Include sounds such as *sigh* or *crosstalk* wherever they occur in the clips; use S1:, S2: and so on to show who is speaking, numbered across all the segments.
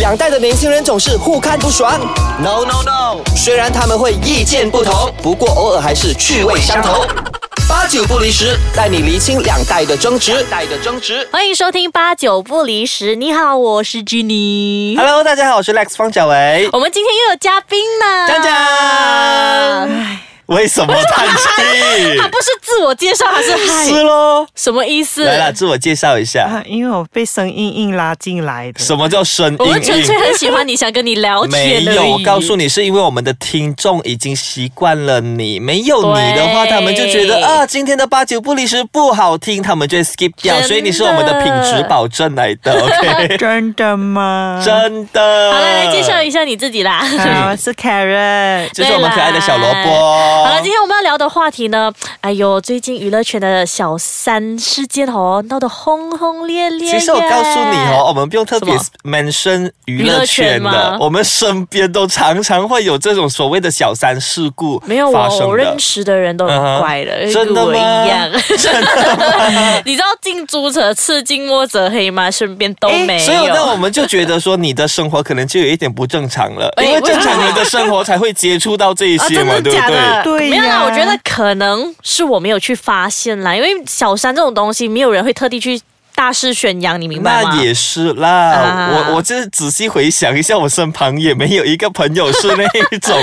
S1: 两代的年轻人总是互看不爽。
S2: No no no，
S1: 虽然他们会意见不同，不过偶尔还是趣味相投。八九不离十，带你厘清两代的争执。代的争执。
S3: 欢迎收听八九不离十。你好，我是 Jenny。
S2: Hello，大家好，我是 Lex 方小维。
S3: 我们今天又有嘉宾啦！
S2: 江江，为什么叹
S1: *laughs*
S2: 气？
S3: 他不是自我介绍，他是嗨，
S2: 是喽。
S3: 什么意思？
S2: 来了，自我介绍一下，
S1: 哎
S4: 啊，因为我被声音硬拉进来的。
S2: 什么叫声
S3: 我们
S2: 音
S3: 纯粹很喜欢你，想跟你聊
S2: 没
S3: 天而已。
S2: 有，我告诉你，是因为我们的听众已经习惯了你，没有你的话，
S3: 对
S2: 他们就觉得啊，今天的八九不离十不好听，他们就会 skip 掉，
S3: 真的
S2: 所以你是我们的品质保证来
S3: *laughs*
S2: 的，OK？
S4: 真的吗？
S2: 真的。
S3: 好了，来介绍一下你自己啦。
S4: 好，我是 Karen。
S2: 这是我们可爱的小萝
S3: 对
S2: 卜。
S3: 好了，今天我们要聊的话题呢，哎呦，最近娱乐圈的小三事件哦，闹得轰轰烈烈耶。
S2: 其实我告诉你哦，我们不用特别
S3: 什
S2: mention 娱乐圈
S3: 娱乐圈吗
S2: 的，我们身边都常常会有这种所谓的小三事故
S3: 没有
S2: 发生
S3: 我，
S2: 的。
S3: 我认识的人都很怪的，
S2: 嗯哼
S3: 跟
S2: 真的
S3: 我一
S2: 吗 *laughs*
S3: 样。你知道近朱者赤，近墨者黑吗？身边都
S4: 诶
S3: 没有。
S2: 所以那我们就觉得说，你的生活可能就有一点不正常了，
S3: 哎
S2: 因为正常人的生活才会接触到这一些嘛，
S3: 啊真的
S2: 对不
S3: 假
S2: 对？
S3: 的
S4: 对
S3: 没有啦，
S4: 呀
S3: 我觉得可能是我没有去发现啦，因为小三这种东西，没有人会特地去大肆宣扬，你明白吗？
S2: 那也是啦，
S3: 啊
S2: 我我这仔细回想一下，我身旁也没有一个朋友是那一
S3: *laughs*
S2: 种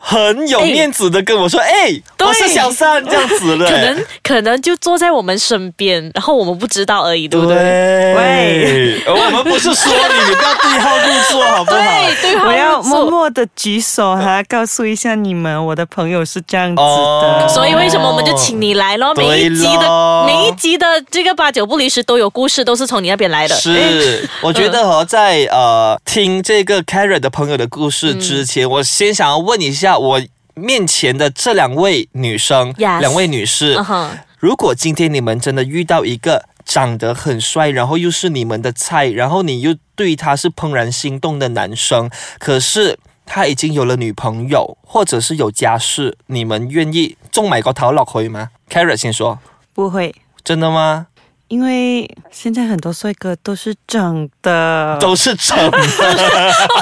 S2: 很有
S3: 哎
S2: 面子的跟我说，哎、我是
S3: 对
S2: 小三这样子的，
S3: 哎可能可能就坐在我们身边，然后我们不知道而已，对不对？
S2: 对，
S4: 喂
S2: 呃我们不是说你，你不要对号入座，好不好？
S3: 哎对啊对，
S4: 我要
S3: 好
S4: 默默的举手哈，告诉一下你们，我的朋友是这样子
S2: 哦
S4: 的。
S3: 所以为什么我们就请你来哦咯？每一集
S2: 对咯
S3: 的每一集的这个八九不离十都有故事，都是从你那边来的。哎
S2: 是， *laughs* 我觉得和在呃听这个 Carrot 的朋友的故事之前，
S3: 嗯
S2: 我先想要问一下我面前的这两位女生
S3: Yes
S2: 两位女士
S3: 嗯哼，
S2: 如果今天你们真的遇到一个长得很帅，然后又是你们的菜，然后你又对他是怦然心动的男生，可是他已经有了女朋友，或者是有家室，你们愿意纵买个头落去吗？Carrot 先说，
S4: 不会，
S2: 真的吗？
S4: 因为现在很多帅哥都是整的。
S2: 都是真的，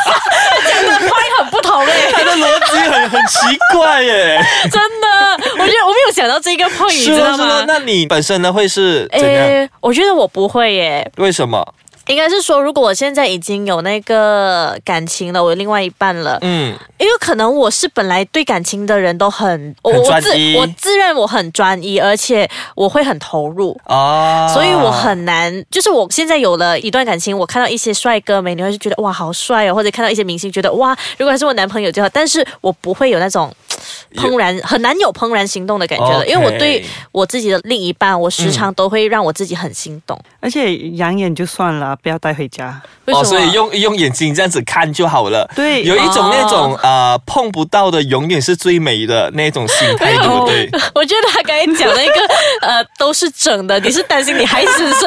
S3: 哎，很不同哎、
S2: 他的逻辑很很奇怪耶。
S3: 真的，我觉得我没有想到这个 point，你
S2: 是
S3: 知
S2: 咯
S3: 道
S2: 是咯
S3: 吗，？
S2: 那你本身呢会是怎样？
S3: 诶，我觉得我不会耶，
S2: 为什么？
S3: 应该是说，如果我现在已经有那个感情了，我有另外一半了，
S2: 嗯，
S3: 因为可能我是本来对感情的人都很，我
S2: 很
S3: 我
S2: 专
S3: 自
S2: 一
S3: 我自认我很专一，而且我会很投入。
S2: 啊，
S3: 所以我很难，就是我现在有了一段感情，我看到一些帅哥美女，会觉得哇好帅哦，或者看到一些明星，觉得哇，如果还是我男朋友就好。但是我不会有那种
S2: 有
S3: 怦然，很难有怦然心动的感觉了，因为我
S2: OK
S3: 对我自己的另一半，我时常都会让我自己很心动。
S4: 而且养眼就算了，不要带回家。 *laughs*
S3: 为什
S2: 哦，
S3: 么？
S2: 所以用用眼睛这样子看就好
S3: *laughs*
S2: 了。
S4: 对
S2: 有一种
S3: 哦
S2: 那种呃碰不到的永远是最美的那种心
S3: *laughs*
S2: 态，
S3: 哦
S2: 对不对？
S3: 我觉得他刚才讲的
S2: *laughs*
S3: 一个呃都是整的，你是担心你孩子生出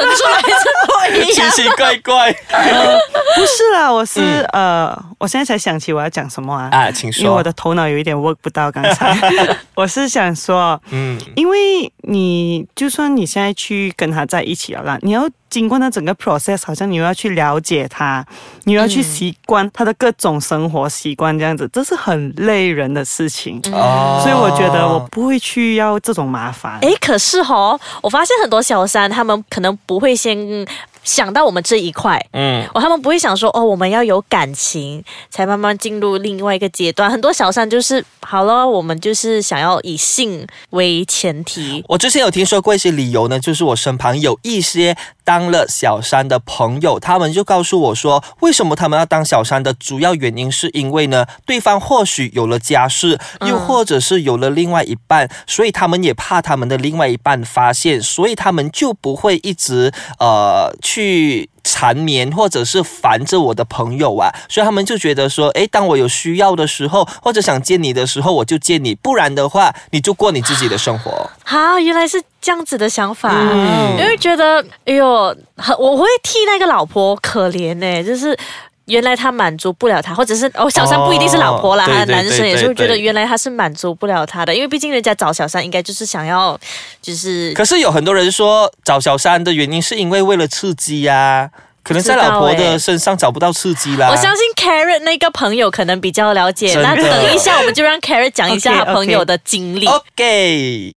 S2: *laughs*
S3: 来是不一
S2: 奇
S3: 样。
S2: 奇怪怪
S4: 不是啦，我是、呃，我现在才想起我要讲什么啊。
S2: 嗯啊，请
S4: 因为我
S2: 说。
S4: 的头脑有一点 work 不到，刚才
S2: *laughs*
S4: 我是想说，
S2: 嗯，
S4: 因为你就算你现在去跟他在一起了啦，你要经过那整个 process，好像你又要去了解他，你又要去习惯他的各种生活习惯，这样子，这是很累人的事情。
S3: 嗯
S2: 哦
S4: 所以我觉得我不会去要这种麻烦。
S3: 哎，可是哦，我发现很多小三他们可能不会先想到我们这一块。
S2: 嗯，
S3: 哦，他们不会想说哦，我们要有感情才慢慢进入另外一个阶段。很多小三就是好了，我们就是想要以性为前提。
S2: 我之前有听说过一些理由呢，就是我身旁有一些当了小三的朋友，他们就告诉我说，为什么他们要当小三的主要原因是因为呢，对方或许有了家室，又或者是有了另外一半，所以他们也怕他们的另外一半发现，所以他们就不会一直呃去。缠绵或者是烦着我的朋友啊，所以他们就觉得说，诶，当我有需要的时候，或者想见你的时候，我就见你，不然的话，你就过你自己的生活。
S3: 啊，原来是这样子的想法，
S2: 嗯
S3: 因为觉得哎呦，很我会替那个老婆可怜呢、就是。原来他满足不了他，或者是哦，小三不一定是老婆啦，
S2: 哦
S3: 他
S2: 对对
S3: 男生也
S2: 对
S3: 是
S2: 对
S3: 会觉得
S2: 对
S3: 原来他是满足不了他的，因为毕竟人家找小三应该就是想要，就是
S2: 可是有很多人说找小三的原因是因为为了刺激呀、可能在
S3: 不知道
S2: 老婆
S3: 欸
S2: 的身上找不到刺激啦。
S3: 我相信 Carrot 那个朋友可能比较了解，
S2: 啊真的
S3: 那等一下我们就让 Carrot 讲一下
S4: OK，OK
S3: 他朋友的经历。
S2: OK，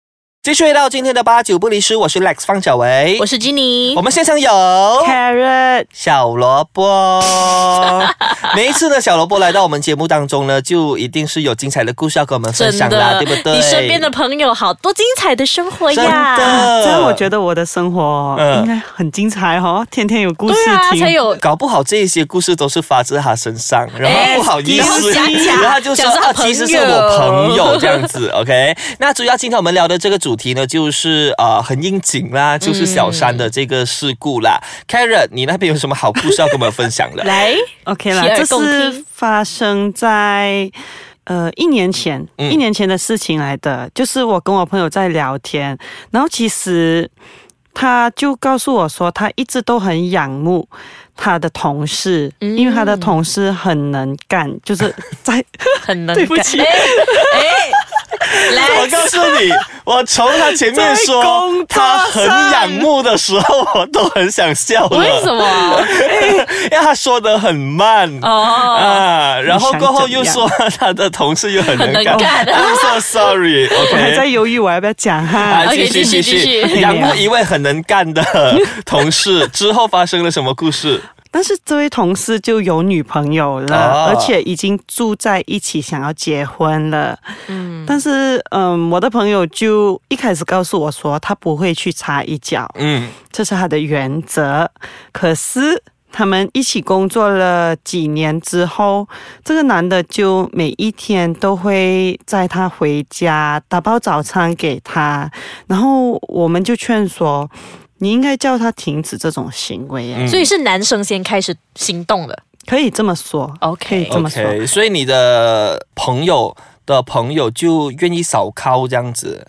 S2: 继续回到今天的八九不离十，我是 Lex 方小维
S3: 我，是 Jenny，
S2: 我们现场有
S3: 哦
S4: Carrot，
S2: 小萝卜。每一次呢，小萝卜来到我们节目当中呢，就一定是有精彩的故事要跟我们分
S3: 真
S2: 享啦，
S3: 的
S2: 对不对？
S3: 你身边的朋友好多精彩的生活
S2: 真
S3: 呀！
S2: 的，
S4: 啊这样我觉得我的生活
S2: 嗯
S4: 应该很精彩哦，天天有故事
S3: 对啊，
S4: 听。
S3: 才有
S2: 搞不好这些故事都是发自他身上，然后
S3: 哎
S2: 不好意思，
S3: 假假
S2: 然后就说
S3: 假设他
S2: 啊，
S3: 朋友
S2: 其实是我朋友这样子。OK，那
S3: *laughs*
S2: 主要今天我们聊的这个主题呢，就是呃很应景啦，就是小山的这个事故啦。Carrot，你那边有什么好故事要跟我们分享的？
S3: 来
S4: OK 啦
S3: 洗，耳
S4: 这
S3: 恭
S4: 是
S3: 听
S4: 发生在呃一年前、一年前的事情来的，就是我跟我朋友在聊天，然后其实他就告诉我说，他一直都很仰慕他的同事，
S3: 嗯
S4: 因为他的同事很能干，就是在
S3: 很能
S4: 对不起
S3: 干哎
S2: *laughs*
S3: 哎，
S2: 我
S3: 来
S2: 告诉你，我从他前面
S4: 在
S2: 说
S4: 公道
S2: 他
S4: 上
S2: 很仰慕的时候，我都很想笑了。
S3: 为什么？
S2: *laughs* 因为他说的很慢。
S3: 哦，
S2: 啊，然后过后又
S4: 你想
S2: 说 *laughs* 他的同事又很能
S3: 很能
S2: *laughs*
S3: 干
S2: I'm so sorry，
S4: 我
S2: OK，
S4: 还在犹豫我要不要讲哈。
S2: 啊，继
S3: OK，
S2: 续继
S3: 继续继
S2: 续，
S3: 续
S2: 仰慕一位很能干的同事，之后发生了什么故事？
S4: 但是这位同事就有女朋友了，
S2: 哦
S4: 而且已经住在一起，想要结婚了。嗯，但是嗯，我的朋友就一开始告诉我说，他不会去插一脚，
S2: 嗯，
S4: 这是他的原则。可是他们一起工作了几年之后，这个男的就每一天都会载她回家，打包早餐给她，然后我们就劝说。你应该叫他停止这种行为耶。
S2: 嗯
S3: 所以是男生先开始行动了。
S4: 可以这么说
S3: OK
S4: 可以这么说。
S2: OK，所以你的朋友的朋友就愿意少靠这样子，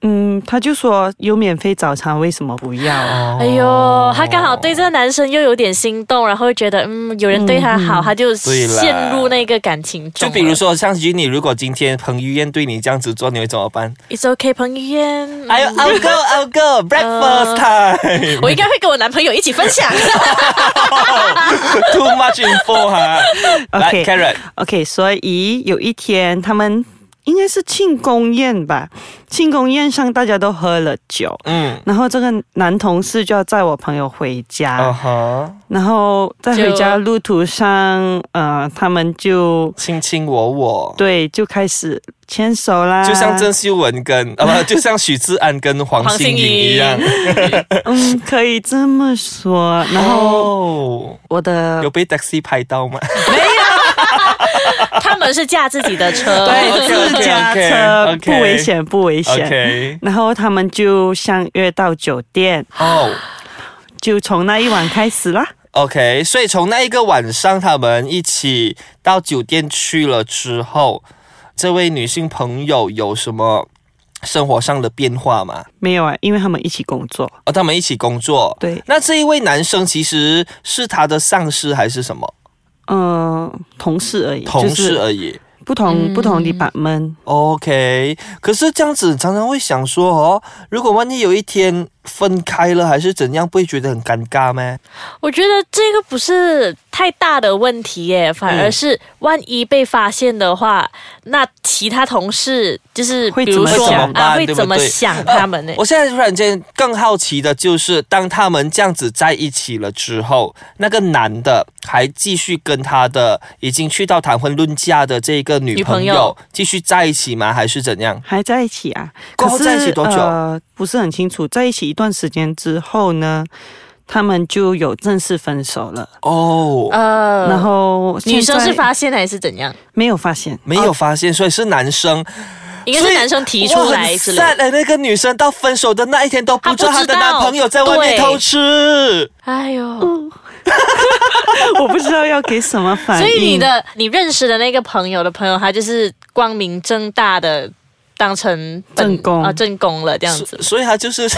S4: 嗯，他就说有免费早餐，为什么不要啊？
S2: 哦
S3: 哎呦，他刚好对这个男生又有点心动，然后又觉得嗯有人对他好，他就
S2: 对啦
S3: 陷入那个感情中
S2: 就
S3: 了。
S2: 比如说像你，如果今天彭于晏对你这样子做，你会怎么办？
S3: ，It's OK，彭于晏，
S2: 哎呦，I'll go，I'll go，breakfast time。 *laughs*
S3: 我应该会跟我男朋友一起分享。
S2: Too much info 哈。来
S4: OK
S2: ，Karen，
S4: OK，所以有一天他们应该是庆功宴吧，庆功宴上大家都喝了酒，
S2: 嗯，
S4: 然后这个男同事就要载我朋友回家，
S2: 啊哈，
S4: 然后在回家路途上，呃，他们就
S2: 卿卿我我。
S4: 对啊就开始牵手啦，
S2: 就像郑秀文跟
S4: *laughs*
S2: 啊不，就像许志安跟黄
S3: 黄
S2: 心
S3: 心
S2: 颖
S3: 怡
S2: 一样，
S4: 嗯，可以这么说。然后呃
S2: 哦，
S4: 我的
S2: 有被 taxi 拍到吗？
S3: 他们是驾自己的车，
S4: 对自驾车
S2: OK，OK，OK
S4: 不危险，不 *laughs* 危险。
S2: OK，
S4: 然后他们就相约到酒店，
S2: 哦、
S4: 就从那一晚开
S3: *laughs*
S4: 始啦。
S2: o k 所以从那一个晚上，他们一起到酒店去了之后，这位女性朋友有什么生活上的变化吗？
S4: 没有啊，因为他们一起工作。
S2: 哦，他们一起工作。
S4: 对，
S2: 那这一位男生其实是他的上司还是什么
S4: 嗯、同事而已，
S2: 同
S4: 就
S2: 事
S4: 是
S2: 而已？
S4: 不
S3: 嗯
S4: 同、不同嗯 department。
S2: OK，可是这样子常常会想说哦，如果万一有一天分开了还是怎样，不会觉得很尴尬吗？
S3: 我觉得这个不是太大的问题耶，反
S4: 嗯
S3: 而是万一被发现的话，那其他同事就是
S4: 会
S3: 比如
S4: 怎么
S3: 说
S4: 想
S3: 啊，
S2: 对
S3: 会
S2: 不对
S3: 怎么想他们呢？
S2: 我现在突然间更好奇的就是，当他们这样子在一起了之后，那个男的还继续跟他的已经去到谈婚论嫁的这个女
S3: 女
S2: 朋
S3: 朋友
S2: 友继续在一起吗？还是怎样？
S4: 还在一起啊？
S2: 过
S4: 可
S2: 后
S4: 是
S2: 在一起多久
S4: 呃？不是很清楚。在一起一段时间之后呢，他们就有正式分手了。
S2: 哦、
S3: 呃
S4: 然后
S3: 女生
S4: 现
S3: 是
S4: 在
S3: 发现还是怎样？
S4: 没有
S3: *laughs*
S4: 发现，
S2: 没有发现，所以是男生
S3: 应该是男生哦提出来之类
S2: 哇很 sad
S3: 的。
S2: 欸那个女生到分手的那一天都不知道
S3: 她
S2: 她
S3: 不知
S2: 的
S3: 道
S2: 男朋友在外面
S3: 对
S2: 偷吃。
S3: 哎
S4: 嗯
S3: 呦，
S4: 我不知道要给什么反应。
S3: 所以你的你认识的那个朋友的朋友，他就是光明正大的当成本
S4: 正宫
S3: 啊正宫了这样
S2: 所
S3: 子。
S2: 所以他就是，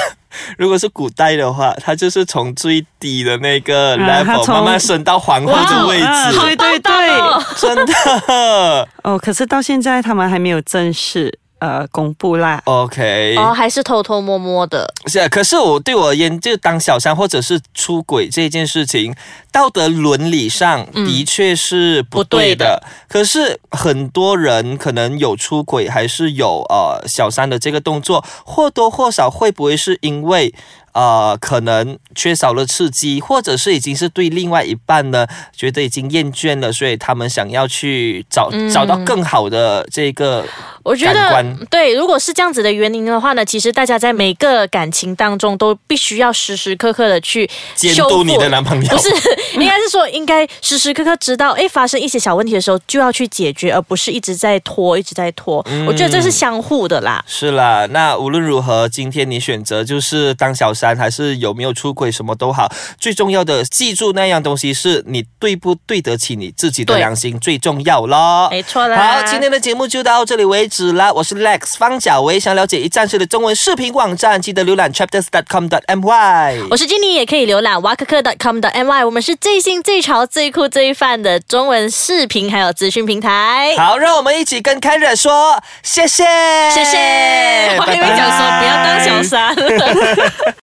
S2: 如果是古代的话，他就是从最低的那个
S4: 啊他
S2: level、
S4: 从
S2: 慢慢升到皇后的位
S4: 哇
S2: 置，
S4: 对对
S3: 棒
S4: 对，
S3: 哦
S2: 真的。
S4: 哦，可是到现在他们还没有正式，呃公布啦。
S2: OK，、
S3: 哦，还是偷偷摸摸的，
S2: 是啊，可是我对我而言，就当小三或者是出轨这件事情，道德伦理上的确是不对
S3: 嗯不对
S2: 的。
S3: 的
S2: 可是很多人可能有出轨，还是有呃小三的这个动作，或多或少会不会是因为呃可能缺少了刺激，或者是已经是对另外一半呢觉得已经厌倦了，所以他们想要去找、找到更好的这个
S3: 我嗯觉
S2: 感
S3: 得
S2: 官
S3: 对。如果是这样子的原因的话呢，其实大家在每个感情当中都必须要时时刻刻的去
S2: 监
S3: 修
S2: 督你
S3: 复
S2: 的男朋友，
S3: 不是，应该是说应该时时刻刻知道，哎，发生一些小问题的时候就要去解决，而不是一直在拖，一直在拖。
S2: 嗯
S3: 我觉得这是相互的啦。
S2: 是啦，那无论如何，今天你选择就是当小三，还是有没有出轨，什么都好，最重要的记住那样东西是你对不对得起你自己的
S3: 对
S2: 良心最重要咯。
S3: 没错啦。
S2: 好，今天的节目就到这里为止啦。我是 Lex 方小维，想了解一站式的中文视频网站，记得浏览 chapters.com.my
S3: 我。是金妮，也可以浏览哇科科 .com 的 my，我们是最新、最潮、最酷、最范的中文视频还有资讯平台。
S2: 好，让我们一起跟 Karen 说谢谢，
S3: 谢谢。我还以为讲说不要当小
S2: *laughs* 拜拜
S3: 三。